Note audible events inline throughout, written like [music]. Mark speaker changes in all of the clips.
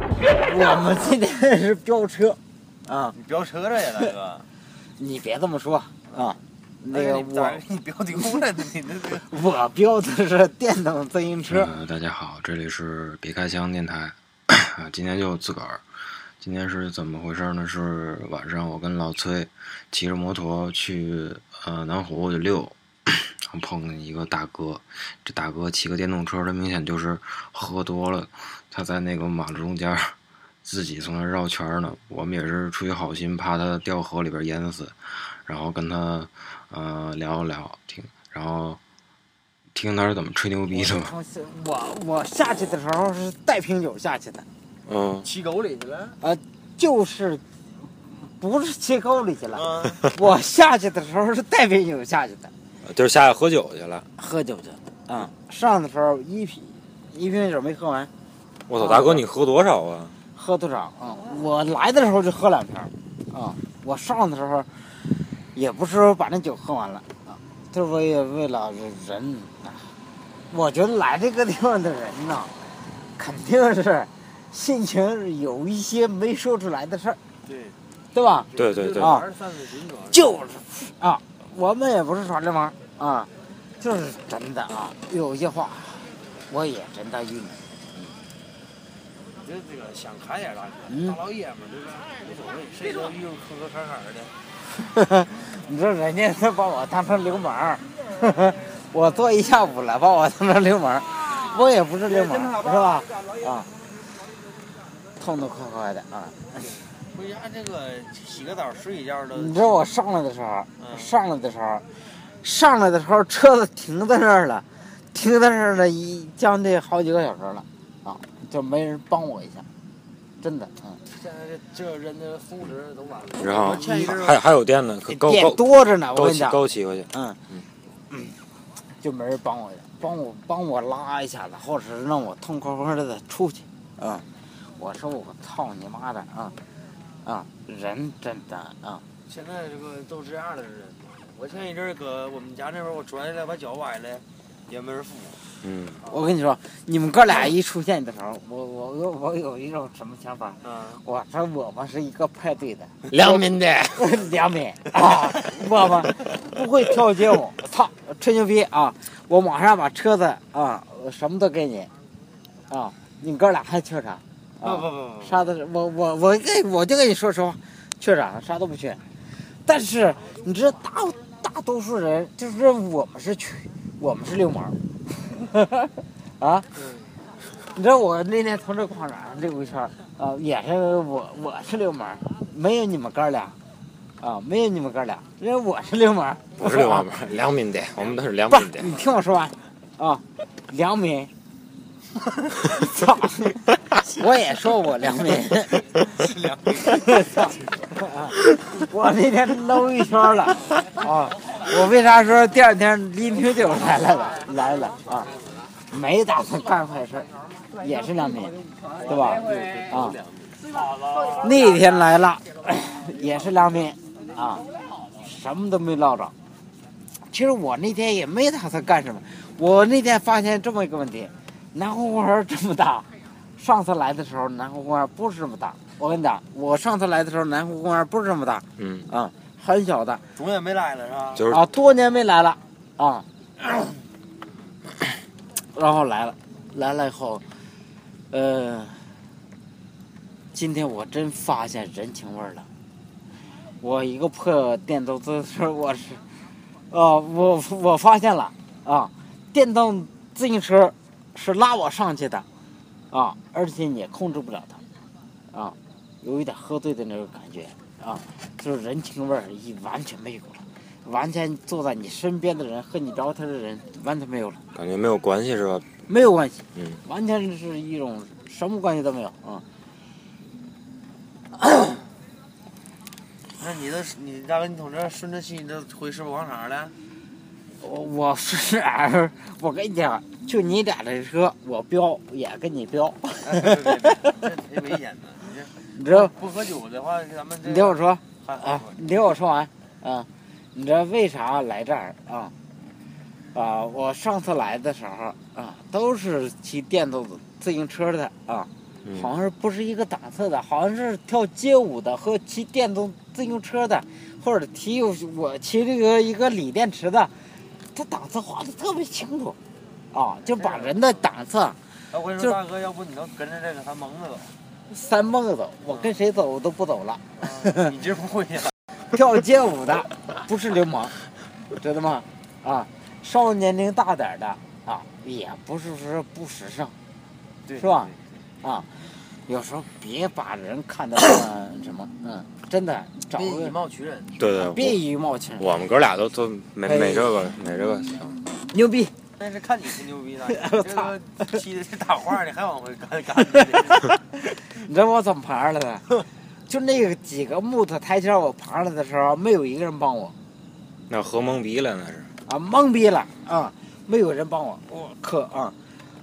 Speaker 1: 我们今天是飙车，啊，
Speaker 2: 你飙车了呀，大哥？
Speaker 1: 你别这么说啊，那个
Speaker 2: 哎你咋
Speaker 1: 我
Speaker 2: 你飙丢了？你那 [laughs] 个
Speaker 1: 我飙的是电动自行车，
Speaker 3: 呃，大家好，这里是别开箱电台， [clears throat] 啊，今天就自个儿。今天是怎么回事呢？是晚上我跟老崔骑着摩托去呃南湖就溜，然后碰见一个大哥，这大哥骑个电动车，他明显就是喝多了，他在那个马路中间儿自己从那儿绕圈儿呢。我们也是出于好心，怕他掉河里边儿淹死，然后跟他呃聊了聊，听，然后听他是怎么吹牛逼的嘛。
Speaker 1: 我是我我下去的时候是带瓶酒下去的，
Speaker 3: 嗯，
Speaker 2: 骑沟里去了？
Speaker 1: 呃就是不是切沟里去了，
Speaker 2: 啊，
Speaker 1: 我下去的时候是带瓶酒下去的，
Speaker 4: 啊就是下去喝酒去了。
Speaker 1: 喝酒去了啊，上的时候一瓶一瓶酒没喝完，
Speaker 4: 我操，大哥，你喝多少啊？
Speaker 1: 喝多少啊？我来的时候就喝两瓶儿，啊，我上的时候也不是说把那酒喝完了啊，就是我也为了人，啊我觉得来这个地方的人呐，肯定是心情有一些没说出来的事儿，
Speaker 2: 对
Speaker 1: 对吧？
Speaker 4: 对对对
Speaker 2: 玩儿散散心主要是
Speaker 1: 就是啊，我们也不是耍流氓啊，就是真的啊，有些话我也真的晕了。
Speaker 2: 我觉得这个想开点，大
Speaker 1: 嗯
Speaker 2: 哥，大老爷们儿对吧？无所谓，谁都遇着磕磕坎坎的。
Speaker 1: [laughs] 你说人家他把我当成流氓儿， [laughs] 我坐一下午了，把我当成流氓儿，我也不是流氓儿，是吧？啊，痛痛快快的啊！
Speaker 2: 回家这个洗个澡睡一觉都。
Speaker 1: 你知道我上来的时候，
Speaker 2: 嗯
Speaker 1: 上来的时候，上来的时候车子停在那儿了，停在那儿了一将近好几个小时了，啊，就没人帮我一下，真的，嗯，
Speaker 2: 现在这这人的素质都完了。
Speaker 4: 然后
Speaker 2: 我欠一根儿
Speaker 4: 还还有电呢，可够
Speaker 1: 店
Speaker 4: 够
Speaker 1: 多着呢，我
Speaker 4: 够
Speaker 1: 跟你
Speaker 4: 骑
Speaker 1: 讲，
Speaker 4: 够骑回去。
Speaker 1: 嗯，就没人帮我，帮我帮我拉一下子，或者是让我痛快快的出去。啊、我说我操你妈的啊啊！人真的啊，
Speaker 2: 现在这个都这样的人，我前一阵儿搁我们家那边儿我摔了，把脚崴了，也没人扶。
Speaker 4: 嗯，
Speaker 1: 我跟你说，你们哥俩一出现的时候，我我我我有一种什么想法？
Speaker 2: 啊，
Speaker 1: 我说我们是一个派对的
Speaker 4: 良民的。
Speaker 1: [laughs] 良民啊，我们不会跳街舞，操，吹牛逼啊！我马上把车子啊，我什么都给你啊，你哥俩还缺啥？
Speaker 2: 不
Speaker 1: 啊
Speaker 2: 不不不
Speaker 1: 啥都是我我我跟我就跟你说实话，缺啥啥都不缺，但是你知道大大多数人就是我们是缺，我们是流氓， [laughs] 啊，你知道我那天从这广场溜一圈儿，啊，也是我我是流氓，没有你们哥俩，啊，没有你们哥俩，因为我是流氓，
Speaker 4: 不是流氓，
Speaker 1: [laughs]
Speaker 4: 良民的，我们都是良
Speaker 1: 不
Speaker 4: 民的
Speaker 1: 是，。你听我说完，啊，良民，啊 [laughs] 操，我也说我良民，操， [laughs] 我那天搂一圈了，啊，我为啥说第二天拎瓶酒来了了 [laughs] 来了啊？没打算干坏事儿，也是良民，对吧？啊，那天来了，也是良民，啊，什么都没捞着。其实我那天也没打算干什么，我那天发现这么一个问题，南湖公园这么大，上次来的时候南湖公园不是这么大。我跟你讲，我上次来的时候南湖公园不是这么大，
Speaker 4: 嗯，
Speaker 1: 啊、很小的
Speaker 2: 总也没来了是吧？
Speaker 4: 就是
Speaker 1: 啊，多年没来了
Speaker 4: [coughs]
Speaker 1: 啊、然后来了，来了以后，呃，今天我真发现人情味儿了。我一个破电动自行车，我是，啊，我我发现了啊，电动自行车是拉我上去的，啊，而且你也控制不了它，啊，有一点喝醉的那种感觉，啊，就是人情味儿已完全没有了。完全坐在你身边的人和你聊天的人完全没有了，
Speaker 4: 感觉没有关系是吧？
Speaker 1: 没有关系，
Speaker 4: 嗯，
Speaker 1: 完全是一种什么关系都没有啊。
Speaker 2: 那你都你大哥，你从这儿顺着去，你都回世博广场了？
Speaker 1: 我我是我跟你讲，就你俩这车，我飙也跟你飙，
Speaker 2: 哎别别别这这危险呢！你
Speaker 1: [laughs] 你知
Speaker 2: 这
Speaker 1: 道？
Speaker 2: 不喝酒的话，咱们这
Speaker 1: 你听我说，
Speaker 2: 还
Speaker 1: 啊，你听我说完啊，你知道为啥来这儿啊？啊，我上次来的时候啊，都是骑电动自行车的啊，好像是不是一个档次的，好像是跳街舞的和骑电动自行车的，或者骑我骑这个一个锂电池的，他档次划的特别清楚，啊，就把人的档次
Speaker 2: 哎，我跟你
Speaker 1: 就
Speaker 2: 说，大哥，要不你能跟着这个还蒙着走
Speaker 1: 三蹦子走，我跟谁走我都不走了。
Speaker 2: 啊，你这不一样。
Speaker 1: 跳街舞的不是流氓，知道吗？啊，稍微年龄大点儿的啊，也不是说不时尚
Speaker 2: 对
Speaker 1: 是吧？啊。有时候别把人看得
Speaker 2: [coughs]
Speaker 1: 那么什么，嗯，真的找
Speaker 2: 别
Speaker 1: 个
Speaker 2: 以貌取人，
Speaker 4: [laughs] 对
Speaker 1: 别
Speaker 4: 对，
Speaker 1: 以貌取人，
Speaker 4: 我我们哥俩都都没
Speaker 1: 哎
Speaker 4: 没这个没这个行，
Speaker 1: 牛逼！
Speaker 2: 但是看你是牛逼的，
Speaker 1: 我
Speaker 2: 你这
Speaker 1: 操
Speaker 2: 个踢的是打晃，你还往回干干呢。
Speaker 1: 你知道我怎么爬上来
Speaker 2: [laughs]
Speaker 1: 的？就那个几个木头台阶，我爬上来的时候，没有一个人帮我
Speaker 4: 那喝懵逼了那是。
Speaker 1: 啊，懵逼了啊，没有人帮我，我可啊，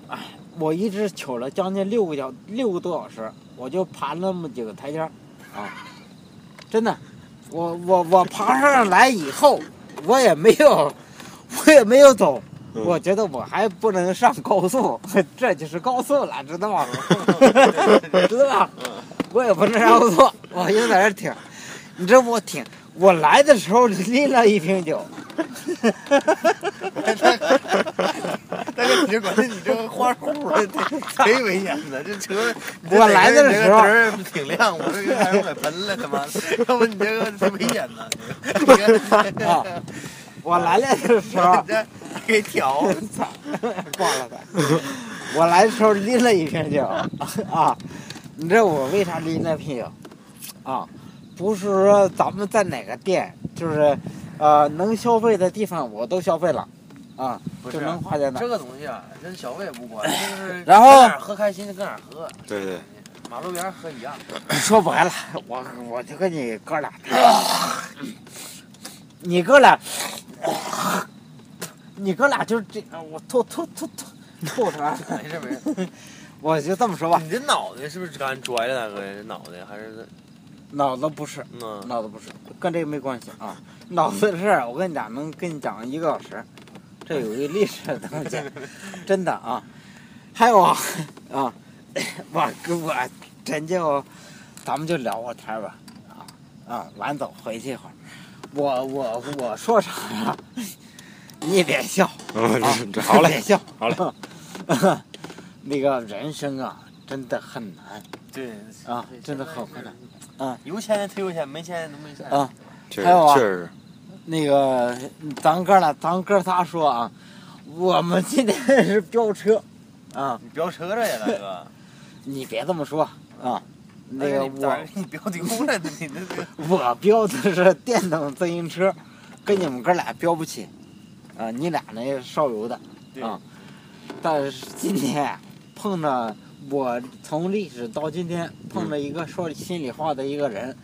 Speaker 1: 哎，我一直瞅了将近六个小六个多小时，我就爬那么几个台阶儿啊，真的，我我我爬上来以后，我也没有，我也没有走。我觉得我还不能上高速， [laughs] 这就是高速了，知道吗？ [laughs] 知道吧？我也不能让我坐，我就在那儿挺。你知道我挺，我来的时候拎了一瓶酒，
Speaker 2: [laughs] 但是你这关键你这画户的贼危险的，这车
Speaker 1: 我来的时候
Speaker 2: 候挺亮，我这个还给喷了他妈，要不你这个贼危险呐！你看
Speaker 1: 啊，我来了的时候， [laughs]
Speaker 2: 你这给挑，
Speaker 1: 操，忘了他。我来的时候拎了一瓶酒啊，你知道我为啥拎那瓶酒啊？不是说咱们在哪个店，就是呃能消费的地方我都消费了啊，
Speaker 2: 不
Speaker 1: 就是能花钱的
Speaker 2: 这。个东西啊，跟小魏无关，就是
Speaker 1: 然后
Speaker 2: 跟哪儿喝开心就跟哪儿喝，
Speaker 4: 对 [laughs] 对，
Speaker 2: 马路边儿喝一样。
Speaker 1: 说白了，我我就跟你哥俩， [coughs] 你哥俩， [coughs] 你哥俩就是这，我吐吐吐吐吐他，
Speaker 2: 没事没事，
Speaker 1: [laughs] 我就这么说吧，
Speaker 2: 你这脑袋是不是刚拽了大哥？这脑袋还是
Speaker 1: 脑子不是。
Speaker 2: 嗯，
Speaker 1: 脑子不是，跟这个没关系啊。脑子的事儿，我跟你讲，能跟你讲一个小时。这有一个历史的
Speaker 4: [laughs]
Speaker 1: 东西，真的啊。还有啊，啊，我跟我真就，咱们就聊会儿天儿吧，啊啊，晚走回去一会儿。我我我说啥呀？你别笑，
Speaker 4: 嗯
Speaker 1: 啊，
Speaker 4: 这好嘞
Speaker 1: 别，笑，
Speaker 4: 好嘞。
Speaker 1: [laughs] 那个人生啊，真的很难
Speaker 2: 对
Speaker 1: 啊，真的很困难。
Speaker 2: 有钱忒有钱，没钱都没钱。
Speaker 1: 啊
Speaker 4: 确实
Speaker 1: 还有啊
Speaker 4: 确实
Speaker 1: 那个，咱哥俩，咱哥仨说啊，我们今天是飙车，啊， [laughs]
Speaker 2: 你飙车了呀，大哥？
Speaker 1: 你别这么说啊，那
Speaker 2: 哎
Speaker 1: 个
Speaker 2: 呀你咋
Speaker 1: 我
Speaker 2: [laughs] 你飙丢了？你那个
Speaker 1: 我飙的是电动自行车，跟你们哥俩飙不起，啊，你俩那烧油的
Speaker 2: [laughs] 对
Speaker 1: 啊，但是今天碰着我从历史到今天碰着一个说心里话的一个人，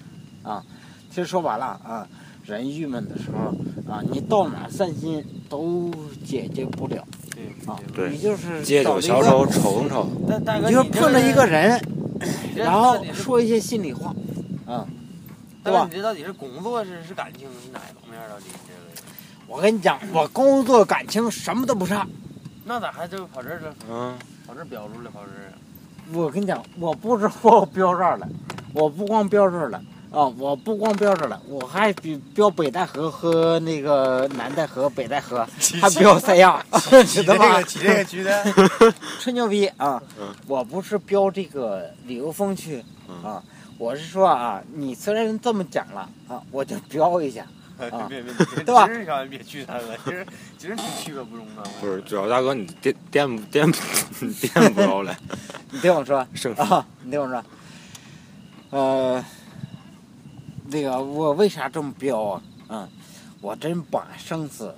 Speaker 1: 啊，其实说白了啊，人郁闷的时候啊，你到哪儿散心都解决不了。
Speaker 2: 对
Speaker 1: 啊
Speaker 4: 对
Speaker 1: 你就是
Speaker 4: 借酒消
Speaker 1: 找了
Speaker 4: 愁愁更愁。
Speaker 2: 但大
Speaker 1: 一
Speaker 2: 哥，
Speaker 1: 个，你就碰着一个，人，
Speaker 2: 你这
Speaker 1: 然后
Speaker 2: 到底是
Speaker 1: 说一些心里话，对
Speaker 4: 啊
Speaker 2: 大
Speaker 1: 吧
Speaker 2: 哥，你这到底是工作是是感情是哪一方面？到底这个？
Speaker 1: 我跟你讲，我工作感情什么都不差。
Speaker 2: 那咋还就跑这儿了？
Speaker 4: 嗯，
Speaker 2: 跑这儿飙出来，跑这儿？
Speaker 1: 我跟你讲，我不知道我标这儿了，我不光标这儿了啊，我不光标这儿了，我还比标北戴河和那个南戴河、北戴河，还标三亚，
Speaker 4: 啊
Speaker 1: [laughs] 知道吗？
Speaker 2: 骑这个去的？
Speaker 1: [laughs]
Speaker 2: [laughs]
Speaker 1: 吹牛逼啊
Speaker 4: 嗯！
Speaker 1: 我不是标这个旅游风区
Speaker 4: 嗯
Speaker 1: 啊，我是说啊，你虽然这么讲了啊，我就标一下。啊
Speaker 2: 别别别，
Speaker 1: 对吧
Speaker 2: 今儿千万别去，大哥，今儿今儿挺去了不中啊。
Speaker 4: 不是，主要大哥你垫垫不垫不垫不
Speaker 1: [laughs]
Speaker 4: 着了，
Speaker 1: 你听我说，
Speaker 4: 剩
Speaker 1: 啊，你听我说，呃，那个我为啥这么彪啊？嗯，我真把生死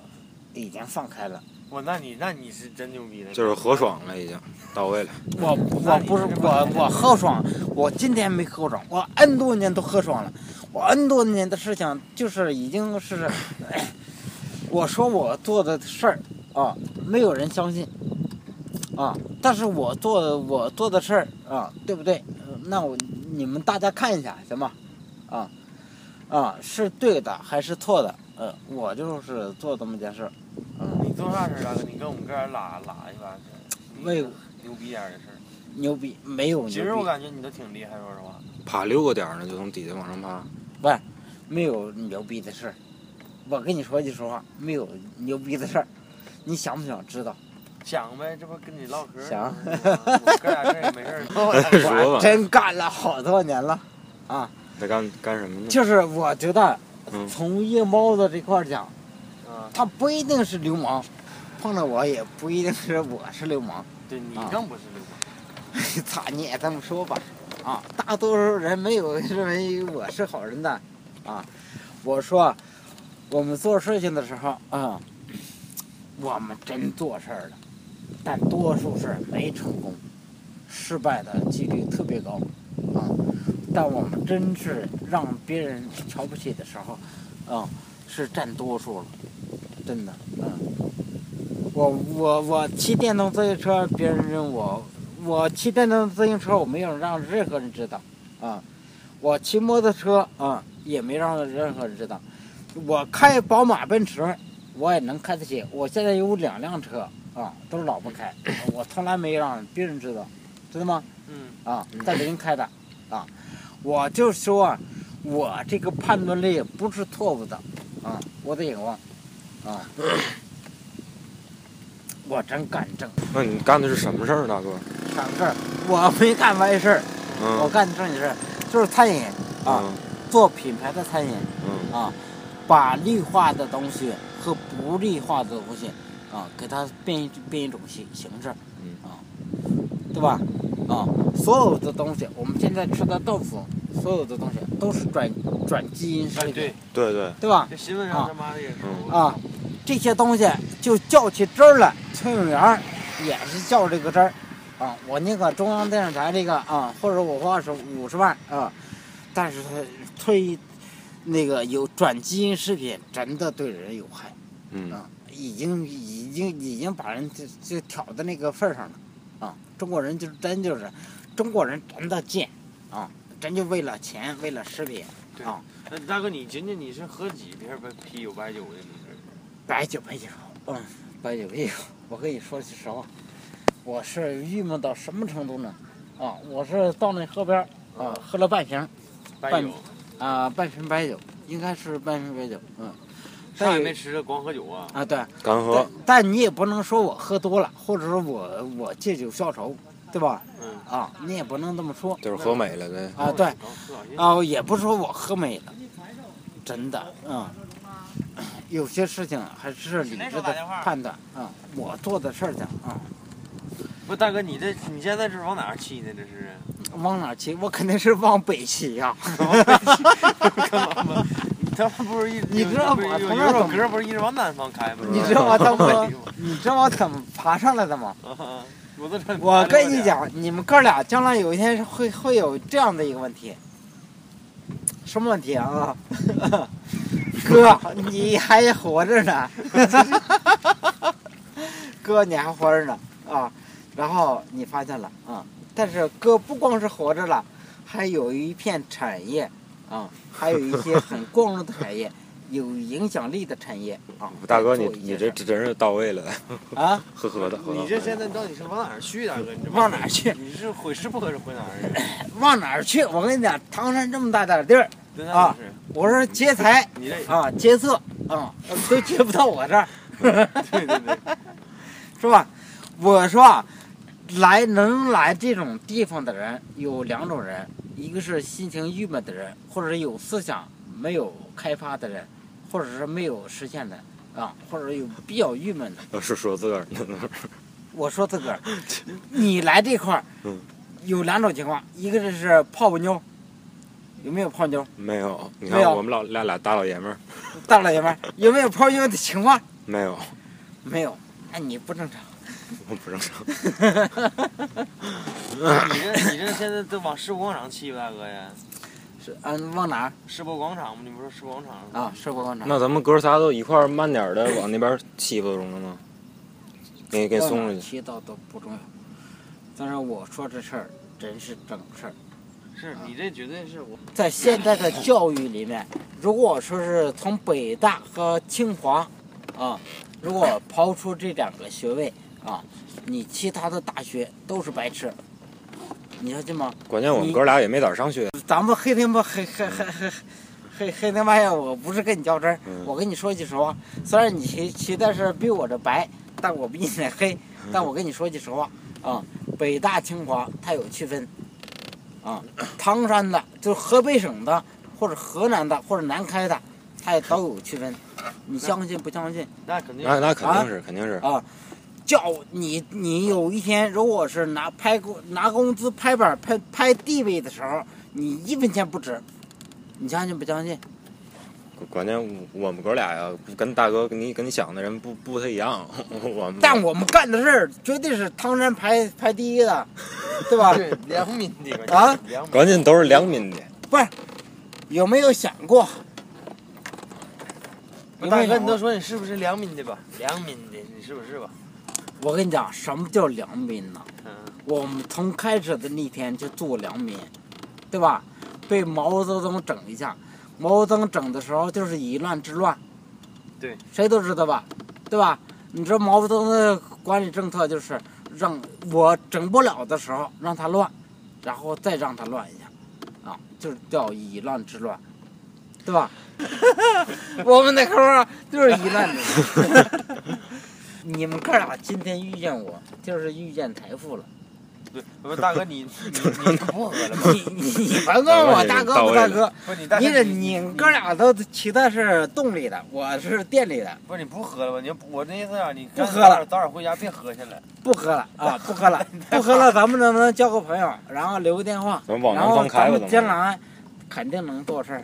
Speaker 1: 已经放开了。
Speaker 2: 我，那你那你是真牛逼了，
Speaker 4: 就是何爽了，已经到位了。
Speaker 1: 我我不是我我喝爽，我今天没喝爽，我 N 多年都喝爽了，我 N 多年的事情就是已经是， [clears throat] 我说我做的事儿啊，没有人相信啊，但是我做我做的事儿啊，对不对？呃那我你们大家看一下行吗？啊啊，是对的还是错的？呃，我就是做这么件事儿，嗯，
Speaker 2: 啊你做啥事儿，大哥？你跟我们哥俩拉拉一把去，
Speaker 1: 为
Speaker 2: 牛逼点儿的事儿。
Speaker 1: 牛逼，没有
Speaker 2: 其实我
Speaker 1: 牛逼，
Speaker 2: 感觉你都挺厉害，说实话。
Speaker 4: 爬六个点儿呢，就从底下往上爬。
Speaker 1: 没有牛逼的事儿。我跟你说句实话，没有牛逼的事儿，你想不想知道？
Speaker 2: 想呗，这不跟你唠嗑儿
Speaker 1: 想
Speaker 2: 呢吗？我哥俩这也没事儿
Speaker 1: [laughs] 我
Speaker 4: 说吧
Speaker 1: 真干了好多年了，
Speaker 4: 在干干什么呢？
Speaker 1: 就是我觉得
Speaker 4: 嗯
Speaker 1: 从夜猫子这块儿讲，
Speaker 2: 啊。
Speaker 1: 他不一定是流氓，碰着我也不一定是我是流氓。
Speaker 2: 对你
Speaker 1: 啊
Speaker 2: 更不是流氓，
Speaker 1: [laughs] 操，你也这么说吧，啊，大多数人没有认为我是好人的，啊，我说，我们做事情的时候啊，我们真做事儿了，但多数是没成功，失败的几率特别高，啊，但我们真是让别人瞧不起的时候，啊，是占多数了，真的，嗯、我我我骑电动自行车，别人认我我骑电动自行车，我没有让任何人知道，啊，我骑摩托车啊，也没让任何人知道。我开宝马、奔驰，我也能开得起。我现在有两辆车啊，都是老婆开，我从来没让别人知道，知道吗？
Speaker 2: 嗯，
Speaker 1: 啊，在北京开的，啊，我就说啊，我这个判断力不是错误的，啊，我的眼光，啊，我真干正
Speaker 4: 那你干的是什么事儿，大哥？
Speaker 1: 干事儿，我没干歪事儿。我
Speaker 4: 嗯
Speaker 1: 干的正经事儿，就是餐饮啊，
Speaker 4: 嗯
Speaker 1: 做品牌的餐饮
Speaker 4: 嗯
Speaker 1: 啊，把绿化的东西和不绿化的东西啊，给它变一变一种形形式，
Speaker 4: 嗯
Speaker 1: 啊，对吧？啊，所有的东西，我们现在吃的豆腐，所有的东西都是转转基因食
Speaker 2: 哎
Speaker 1: 品，
Speaker 2: 对，
Speaker 4: 对对，
Speaker 1: 对吧？
Speaker 2: 这新闻
Speaker 1: 啊
Speaker 2: 上他妈的也说
Speaker 4: 嗯
Speaker 2: 过
Speaker 1: 啊，这些东西就较起真儿来。崔永元儿也是较这个真儿啊。我宁可中央电视台这个啊，或者我花十五十万啊，但是他推那个有转基因食品，真的对人有害
Speaker 4: 嗯
Speaker 1: 啊，已经已经已经把人就就挑到那个份儿上了啊。中国人就是真就是，中国人真的贱啊，真就为了钱，为了食品，
Speaker 2: 对
Speaker 1: 啊。
Speaker 2: 那大哥，你今天你是喝几瓶白啤酒白酒的？你是
Speaker 1: 白酒，白酒，嗯，白酒，白酒。我跟你说句实话，我是郁闷到什么程度呢？啊，我是到那河边儿啊，喝了半瓶儿
Speaker 2: 白
Speaker 1: 半
Speaker 2: 酒，
Speaker 1: 啊，半瓶白酒，应该是半瓶白酒，嗯。
Speaker 2: 啥也
Speaker 1: 但
Speaker 2: 没吃，光喝酒啊？
Speaker 1: 啊，对，
Speaker 4: 干
Speaker 1: 但
Speaker 4: 喝。
Speaker 1: 但你也不能说我喝多了，或者说我我借酒消愁，对吧？
Speaker 2: 嗯
Speaker 1: 啊，你也不能这么说
Speaker 4: 就是喝美了呗，
Speaker 1: 啊，对。
Speaker 2: 搞不小心
Speaker 1: 啊，也不是说我喝美了，真的，嗯， [clears throat] 有些事情还是理智的判断，嗯，我做的事儿情，嗯，
Speaker 2: 不，大哥，你这你现在这是往哪儿骑呢？这是？
Speaker 1: 往哪儿骑？我肯定是往北骑呀、 [laughs]
Speaker 2: 干嘛你他妈不是一
Speaker 1: 你知道
Speaker 2: 不是
Speaker 1: 我
Speaker 2: 有
Speaker 1: 从
Speaker 2: 有
Speaker 1: 那儿
Speaker 2: 首
Speaker 1: 怎么
Speaker 2: 歌不是一直往南方开吗？
Speaker 1: 你知道我怎么
Speaker 2: 啊，
Speaker 1: [laughs] 你知道我怎么爬上来的吗？
Speaker 2: 我都这
Speaker 1: 我跟你，讲，你们哥俩将来有一天会会有这样的一个问题，什么问题啊？ [laughs] 哥，你还活着呢， [laughs] 哥你还活着呢啊！然后你发现了啊，但是哥不光是活着了，还有一片产业啊，还有一些很光荣的产业， [laughs] 有影响力的产业啊。
Speaker 4: 大哥
Speaker 1: 在
Speaker 4: 你
Speaker 1: 做一
Speaker 4: 你
Speaker 1: 件
Speaker 4: 这
Speaker 1: 事
Speaker 4: 这真是到位了， [laughs]
Speaker 1: 啊，
Speaker 4: 呵呵的。呵呵
Speaker 2: 你
Speaker 4: 的
Speaker 2: 这现在到底是往哪儿去，大哥？你这
Speaker 1: 往哪儿去？
Speaker 2: [laughs] 你是毁尸不合是回哪 [laughs] 儿？
Speaker 1: 往哪儿去？我跟你讲，唐山这么大点儿地儿，
Speaker 2: 真的
Speaker 1: 啊
Speaker 2: 是，
Speaker 1: 我说劫财。
Speaker 2: 你这
Speaker 1: 啊，接色啊，都接不到我这儿，
Speaker 2: [laughs] 对对对，
Speaker 1: 是吧？我说啊，来能来这种地方的人有两种人，一个是心情郁闷的人，或者是有思想没有开发的人，或者是没有实现的啊，或者有比较郁闷的。
Speaker 4: 要是 [laughs] 说自个儿呢， [laughs]
Speaker 1: 我说自个儿，你来这块儿
Speaker 4: 嗯，
Speaker 1: 有两种情况，一个就是泡泡妞，有没有泡妞？
Speaker 4: 没有。你
Speaker 1: 没
Speaker 4: 看
Speaker 1: 有
Speaker 4: 我们老俩俩大老爷们儿，
Speaker 1: 大老爷们儿有没有泡妞的情况？
Speaker 4: 没有， [laughs]
Speaker 1: 没有，那你不正常。
Speaker 4: 我不
Speaker 1: [laughs]
Speaker 4: 正常。
Speaker 2: 你这你这现在都往世博广场去吧，大哥呀？
Speaker 1: [laughs] 是嗯，往哪儿
Speaker 2: 世博广场吗？你不是说世博广场吗？
Speaker 1: 啊？是不往哪儿？
Speaker 4: 那咱们哥仨都一块儿慢点儿的往那边儿欺负中了吗？给给送出去。
Speaker 1: 提到都不重要。但是我说这事儿真是正事儿，
Speaker 2: 是你这绝对是我
Speaker 1: 在现在的教育里面，如果说是从北大和清华，啊，如果刨出这两个学位啊，你其他的大学都是白痴，你说这么，
Speaker 4: 关键我们
Speaker 1: 你
Speaker 4: 哥俩也没咋上学，
Speaker 1: 咱们黑他妈黑黑黑黑黑黑他妈呀！我不是跟你较真儿，
Speaker 4: 嗯
Speaker 1: 我跟你说句实话，虽然你骑骑的是比我这白，但我比你这黑，但我跟你说句实话啊、北大清华它有区分，啊、唐山的，就是河北省的，或者河南的，或者南开的，它也都有区分，你相信不相信？
Speaker 2: 那肯定
Speaker 4: 那那肯定是肯定是
Speaker 1: 啊叫你，你有一天如果是拿拍工拿工资拍板拍拍地位的时候，你一分钱不值，你相信不相
Speaker 2: 嗯
Speaker 1: 信？
Speaker 4: 关键我我们哥俩呀，跟大哥跟你跟你想的人不不太一样， [laughs] 我们
Speaker 1: 但我们干的事儿绝对是唐山排排第一
Speaker 2: [laughs]
Speaker 1: 的，对吧？
Speaker 2: 是良民的
Speaker 1: 啊，
Speaker 2: 良民
Speaker 4: 关键都是良民的，
Speaker 1: 有没有想过？有没
Speaker 2: 大
Speaker 1: 有
Speaker 2: 哥，
Speaker 1: 想
Speaker 2: 你都
Speaker 1: 过？
Speaker 2: 说你是不是良民的吧？良民的，你是不是吧？
Speaker 1: 我跟你讲，什么叫良民呢？
Speaker 2: 嗯，
Speaker 1: 我们从开始的那天就做良民，对吧？被毛泽东整一下，毛泽东整的时候就是以乱治乱，
Speaker 2: 对，
Speaker 1: 谁都知道吧，对吧？你知道毛泽东的管理政策就是让我整不了的时候让他乱，然后再让他乱一下，啊，就是叫以乱治乱，对吧？我们那时候就是以乱治乱。 [laughs] 你们哥俩今天遇见我，就是遇见财富了。
Speaker 2: 对，不 [laughs] 是大哥，你你你不喝了吗？
Speaker 1: 你你你甭问我大哥不大哥，
Speaker 2: 不是你大哥
Speaker 1: 你这你们哥俩都骑的是动力的，我是电力的，
Speaker 2: 不是你不喝了吧？你要不我那意思啊，你
Speaker 1: 不喝了
Speaker 2: 早点回家，别喝去了。
Speaker 1: 不喝了啊，不喝了，不喝了，咱们能不能交个朋友，然后留个电话，
Speaker 4: 咱往
Speaker 1: 然
Speaker 4: 南
Speaker 1: 后
Speaker 4: 方开
Speaker 1: 咱
Speaker 4: 吧，
Speaker 1: 们
Speaker 4: 怎
Speaker 1: 将
Speaker 4: 么？
Speaker 1: 来肯定能做事儿。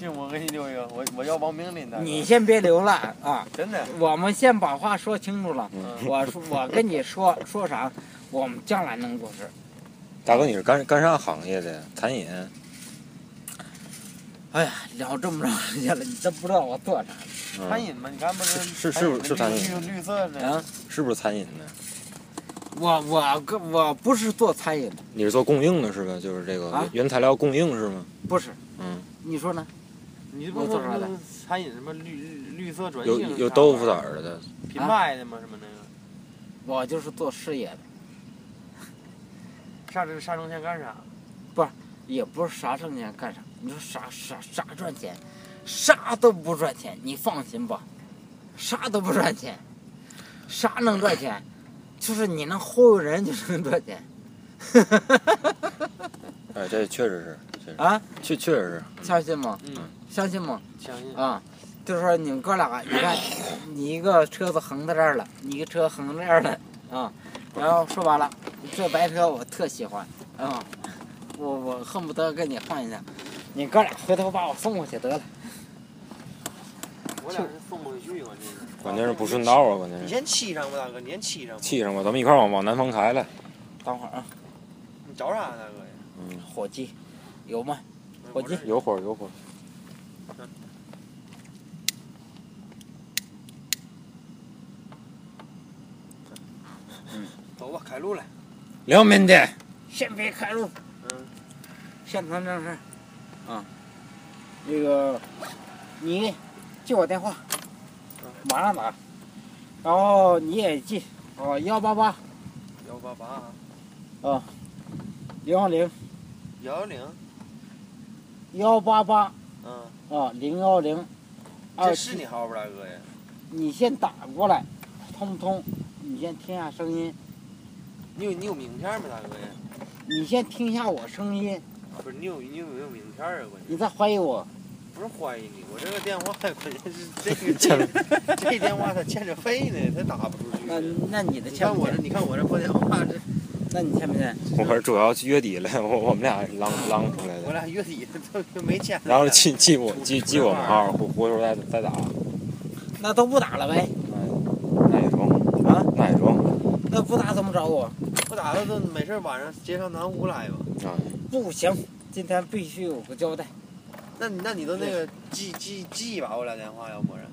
Speaker 2: 这我给你留一个，我我要王冰林的。
Speaker 1: 你先别留了啊，
Speaker 2: 真的，
Speaker 1: 我们先把话说清楚了。
Speaker 2: 嗯，
Speaker 1: 我说我跟你说说啥，我们将来能做事儿。
Speaker 4: 大哥，你是干干啥行业的？餐饮，嗯
Speaker 1: 哎呀，聊这么长时间了，你真不知道我做啥
Speaker 2: 餐
Speaker 4: 嗯，
Speaker 2: 饮嘛，你看不
Speaker 4: 是是是不是餐饮
Speaker 2: 绿绿色
Speaker 1: 啊
Speaker 2: 的，？
Speaker 4: 是不是餐饮的？
Speaker 1: 我我跟我不是做餐饮的，
Speaker 4: 你是做供应的是吧？就是这个
Speaker 1: 啊
Speaker 4: 原材料供应是吗？
Speaker 1: 不是。
Speaker 4: 嗯，
Speaker 1: 你说呢？
Speaker 2: 你这
Speaker 1: 我
Speaker 2: 不
Speaker 1: 做啥的？
Speaker 2: 餐饮什么绿绿绿色转型
Speaker 4: 有
Speaker 2: 啥玩意儿？
Speaker 4: 有豆腐脑儿的，
Speaker 2: 品牌的吗？什么那个？
Speaker 1: 我就是做事业的。
Speaker 2: 上这上中线干啥？
Speaker 1: 也不是啥挣钱干啥，你说啥啥啥赚钱，啥都不赚钱，你放心吧，啥都不赚钱，啥能赚钱，就是你能忽悠人就能赚钱， [laughs]
Speaker 4: 哎，这确实是，确实
Speaker 1: 啊，
Speaker 4: 确确实是，
Speaker 1: 相信吗？
Speaker 2: 嗯，
Speaker 1: 相信吗？
Speaker 2: 相信。
Speaker 1: 啊、就是说你们哥俩，你看你一个车子横在这儿了，你一个车横在这儿了，啊、然后说白了，这白车我特喜欢，啊、我我恨不得跟你换一下，你哥俩回头把我送过去得了。
Speaker 2: 我俩是送不回去，关键是。
Speaker 4: 啊关键是不顺道啊，关键
Speaker 2: 你
Speaker 4: 是
Speaker 2: 先沏上吧，大哥，你先沏上吧。
Speaker 4: 气上吧，咱们一块儿往往南方开来。
Speaker 1: 等会儿啊，
Speaker 2: 你找啥呀，大哥呀？
Speaker 1: 火鸡，有吗？火鸡
Speaker 4: 有火有火，
Speaker 2: 走吧，开路了。
Speaker 4: 良民的，
Speaker 1: 先别开路，
Speaker 2: 嗯，
Speaker 1: 先谈正事儿。啊，那个，你记我电话，马上打，然后你也记哦，幺八八
Speaker 2: 幺八啊八
Speaker 1: 零幺零
Speaker 2: 幺幺零，
Speaker 1: 幺八八
Speaker 2: 嗯，
Speaker 1: 啊零幺零二
Speaker 2: 这是
Speaker 1: 七，
Speaker 2: 你号不，大哥呀？
Speaker 1: 你先打过来，通通，你先听下声音，
Speaker 2: 你有你有名片吗，大哥呀？啊
Speaker 1: 你先听下我声音，
Speaker 2: 不是你有你有没有名片啊？关键
Speaker 1: 你再怀疑我，
Speaker 2: 不是怀疑你，我这个电话关键是这个这个这电话它欠着费呢，它打不出去。
Speaker 1: 那那你的
Speaker 2: 你
Speaker 1: 欠
Speaker 2: 看
Speaker 1: 不
Speaker 2: 我这
Speaker 1: 欠？
Speaker 2: 你看我这拨电话这。
Speaker 1: 那你欠不欠？
Speaker 4: [laughs] 我是主要月底了， [laughs] 我我们俩浪浪出来
Speaker 2: 我 [laughs]
Speaker 4: 的，
Speaker 2: 俩月底都没钱。
Speaker 4: 然后记记我记记我们
Speaker 2: [laughs]
Speaker 4: 号，回回头再再打，
Speaker 1: 那都不打了呗，
Speaker 2: 啊
Speaker 4: 那也中
Speaker 1: 啊，
Speaker 4: 那也中，
Speaker 1: 那不打怎么找我？
Speaker 2: 不打了都没事，晚上接上南湖来吧。
Speaker 4: 啊，
Speaker 1: 不行，今天必须有个交代。
Speaker 2: 那你那你都那个记记记吧，我俩电话，要不然。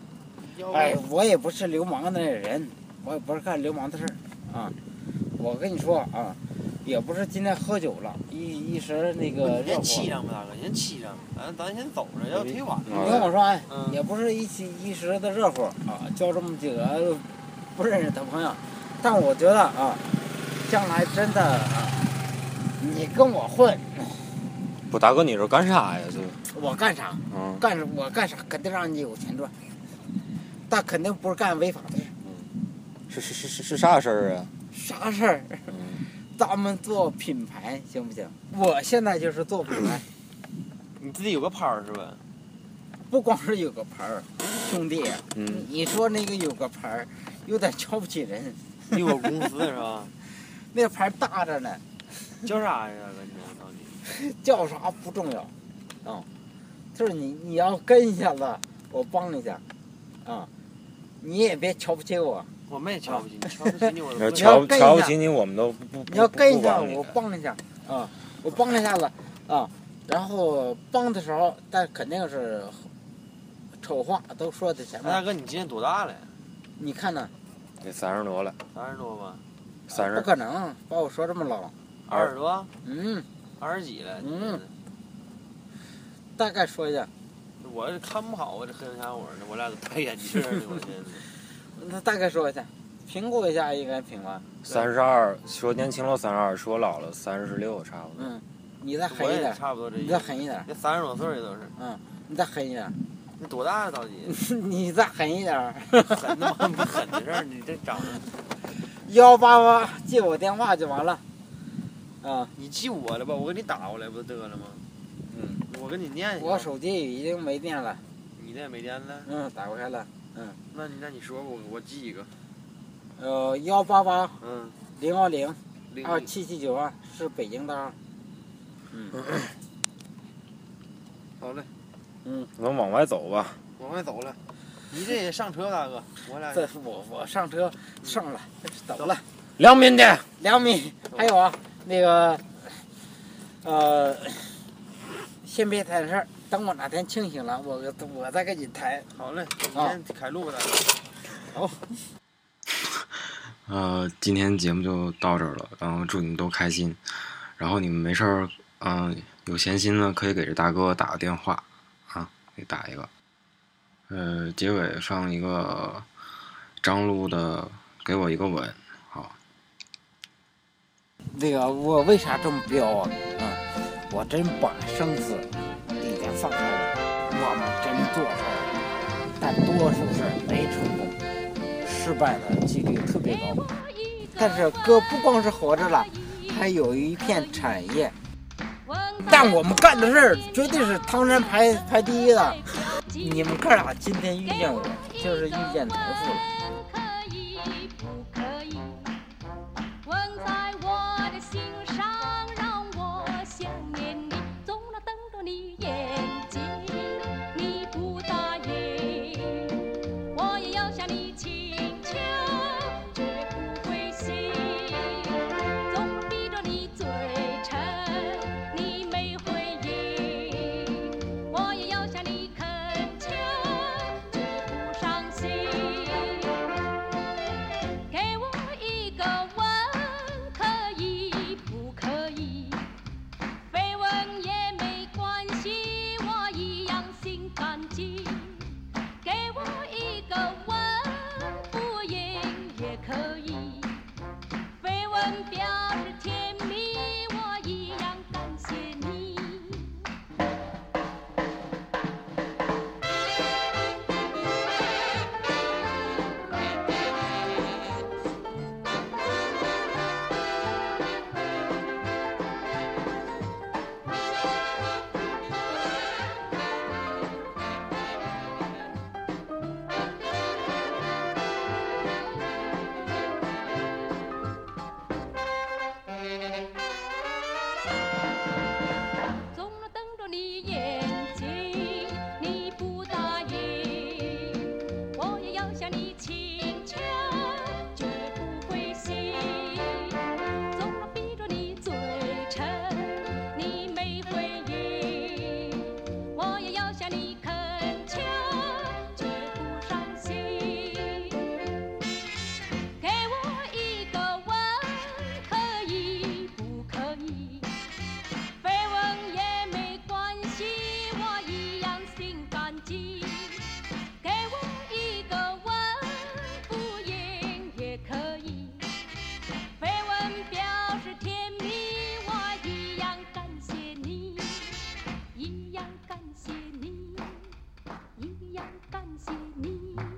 Speaker 2: 要不
Speaker 1: 哎
Speaker 2: 然，
Speaker 1: 我也不是流氓的人，我也不是干流氓的事儿啊。我跟你说啊，也不是今天喝酒了，一一时那个
Speaker 2: 你先
Speaker 1: 热
Speaker 2: 沏
Speaker 1: 火。
Speaker 2: 上吧，大哥，你先沏上，咱咱先走着，要忒晚
Speaker 1: 你
Speaker 2: 了。
Speaker 1: 听我说，哎，
Speaker 2: 嗯
Speaker 1: 也不是一起一时的热火啊，交这么几个不认识的朋友，但我觉得啊，将来真的啊，你跟我混，
Speaker 4: 不，大哥，你是干啥呀？这，
Speaker 1: 我干啥？
Speaker 4: 嗯，
Speaker 1: 干我干啥？肯定让你有钱赚，但肯定不是干违法的事。
Speaker 4: 是是是是是啥事儿啊？
Speaker 1: 啥事儿？
Speaker 4: 嗯
Speaker 1: 咱们做品牌行不行？嗯我现在就是做品牌，
Speaker 2: 你自己有个拍儿是吧？
Speaker 1: 不光是有个牌儿，兄弟，
Speaker 4: 嗯，
Speaker 1: 你说那个有个牌儿，有点瞧不起人，
Speaker 2: 你有个公司是吧？ [laughs]
Speaker 1: 那个牌儿大着呢，
Speaker 2: 叫啥呀，大哥？你我操你！
Speaker 1: 叫啥不重要，啊、就是你你要跟一下子，我帮你一下，啊、你也别瞧不起我，
Speaker 2: 我们也瞧不起你，瞧不起你我
Speaker 4: 你
Speaker 2: 都
Speaker 4: 要
Speaker 1: 瞧
Speaker 2: 不
Speaker 4: [laughs] 瞧
Speaker 1: 跟一下
Speaker 4: 瞧不起你，我们都不不
Speaker 1: 你要跟
Speaker 4: 不
Speaker 1: 一下
Speaker 4: 帮你
Speaker 1: 我，帮一下，啊、我帮一下子，啊、然后帮的时候，但肯定是丑话都说在前
Speaker 2: 那大
Speaker 1: 面，
Speaker 2: 哥，你今年多大了？
Speaker 1: 你看呢？
Speaker 4: 得三十多了，
Speaker 2: 三十多吧？
Speaker 4: 三
Speaker 1: 不
Speaker 4: 十
Speaker 1: 可能，把我说这么老。
Speaker 2: 二十多？
Speaker 1: 嗯，
Speaker 2: 二十几了？
Speaker 1: 嗯，大概说一下，
Speaker 2: 我这看不好我这黑龙江火呢，我俩都戴眼镜
Speaker 1: [laughs]
Speaker 2: 呢，我现在。
Speaker 1: 那大概说一下，评估一下应该评完。
Speaker 4: 三十二，说年轻了三十二，说老了三十六，差不多。
Speaker 1: 嗯，你再
Speaker 2: 我
Speaker 1: 狠一
Speaker 2: 也
Speaker 1: 点，
Speaker 2: 差不多这
Speaker 1: 你
Speaker 2: 意
Speaker 1: 再
Speaker 2: 思。
Speaker 1: 狠一点，
Speaker 2: 这三十多岁都是，
Speaker 1: 你再狠一点， [laughs]
Speaker 2: 你多大了到底？
Speaker 1: 你再狠一点。
Speaker 2: 狠他妈不狠的事儿，你这长得，
Speaker 1: 幺八八借我电话就完了。啊，
Speaker 2: 你记我了吧？我给你打过来不得了吗？
Speaker 4: 嗯，
Speaker 2: 我跟你念一下。
Speaker 1: 我手机已经没电了，
Speaker 2: 你那没电了？
Speaker 1: 嗯，打不开了。
Speaker 2: 那你那你说我我记一个，
Speaker 1: 呃，幺八八
Speaker 2: 嗯，
Speaker 1: 零幺零
Speaker 2: 零
Speaker 1: 二七七九二是北京的号。
Speaker 2: 好嘞，
Speaker 4: 咱们往外走吧。
Speaker 2: 往外走了。你这也上车，大哥，我俩
Speaker 1: 这我我上车上了，走了。
Speaker 4: 良民的，
Speaker 1: 两米，还有啊，那个，呃，先别谈事儿，等我哪天清醒了，我我再跟你谈。
Speaker 2: 好嘞，你
Speaker 1: 啊
Speaker 2: 先开路吧，大哥。
Speaker 3: 呃，今天节目就到这儿了，然后祝你们都开心，然后你们没事儿，嗯、有闲心呢可以给这大哥打个电话啊，给打一个。呃，结尾放一个张璐的《给我一个吻》，好，
Speaker 1: 那个，我为啥这么彪啊？啊，我真把生死已经放开了，我们真做事儿，但多数事儿没成功，失败的几率特别高。但是哥不光是活着了，还有一片产业，但我们干的事儿绝对是唐山排排第一的。你们哥俩今天遇见我，就是遇见财富了。
Speaker 5: 可以不可以？吻在我的心上，让我想念你，总能瞪着你眼睛。你不答应，我也要向你请求，绝不灰心。总能闭着你嘴唇，你没回应。我也要向你恳求，绝不伤心。感谢你。